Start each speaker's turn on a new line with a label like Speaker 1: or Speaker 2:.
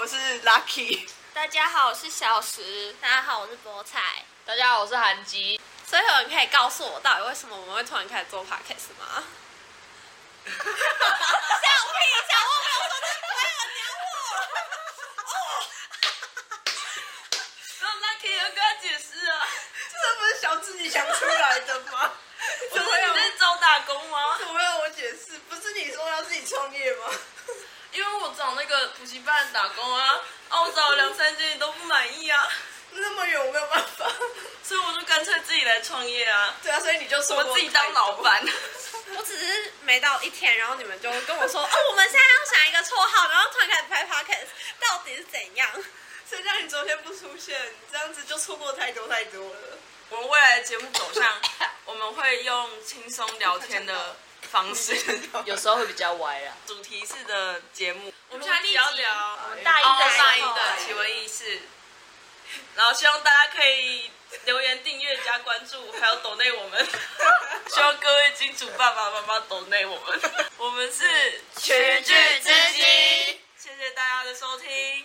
Speaker 1: 我是 Lucky。
Speaker 2: 大家好，我是小石。
Speaker 3: 大家好，我是菠菜。
Speaker 4: 大家好，我是韩吉。
Speaker 2: 所以有人可以告诉我，到底为什么我们会突然开始做 podcast 吗？笑屁！小我没有说这不会很娘
Speaker 4: 哦 那那可以跟他解释啊，
Speaker 1: 这不是小自己想出来的吗？
Speaker 4: 我
Speaker 1: 怎
Speaker 4: 是
Speaker 1: 么有
Speaker 4: 你在招打工吗？
Speaker 1: 怎么有我解释？不是你说要自己创业吗？
Speaker 4: 因为我找那个补习班打工啊，啊，我找了两三间你都不满 意啊，
Speaker 1: 那么远我没有办法。
Speaker 4: 所以我就干脆自己来创业啊，
Speaker 1: 对啊，所以你就说
Speaker 4: 我自己当老板。
Speaker 2: 我只是没到一天，然后你们就跟我说，哦，我们现在要想一个绰号，然后突然开始拍 podcast，到底是怎样？
Speaker 1: 谁让你昨天不出现？你这样子就错过太多太多了。
Speaker 4: 我们未来的节目走 向，我们会用轻松聊天的 方式，
Speaker 5: 有时候会比较歪啦。
Speaker 4: 主题式的节目。我们
Speaker 2: 啊下一集
Speaker 4: 要聊
Speaker 3: 我们大一
Speaker 4: 哦
Speaker 3: 的时
Speaker 4: 大一
Speaker 3: 候
Speaker 4: 的奇闻异事，然后希望大家可以留言、订阅、加关注，还有抖内我 们。希望各位金主爸爸妈妈抖内我们，我们是全
Speaker 3: 全剧之基，
Speaker 4: 谢谢大家的收听。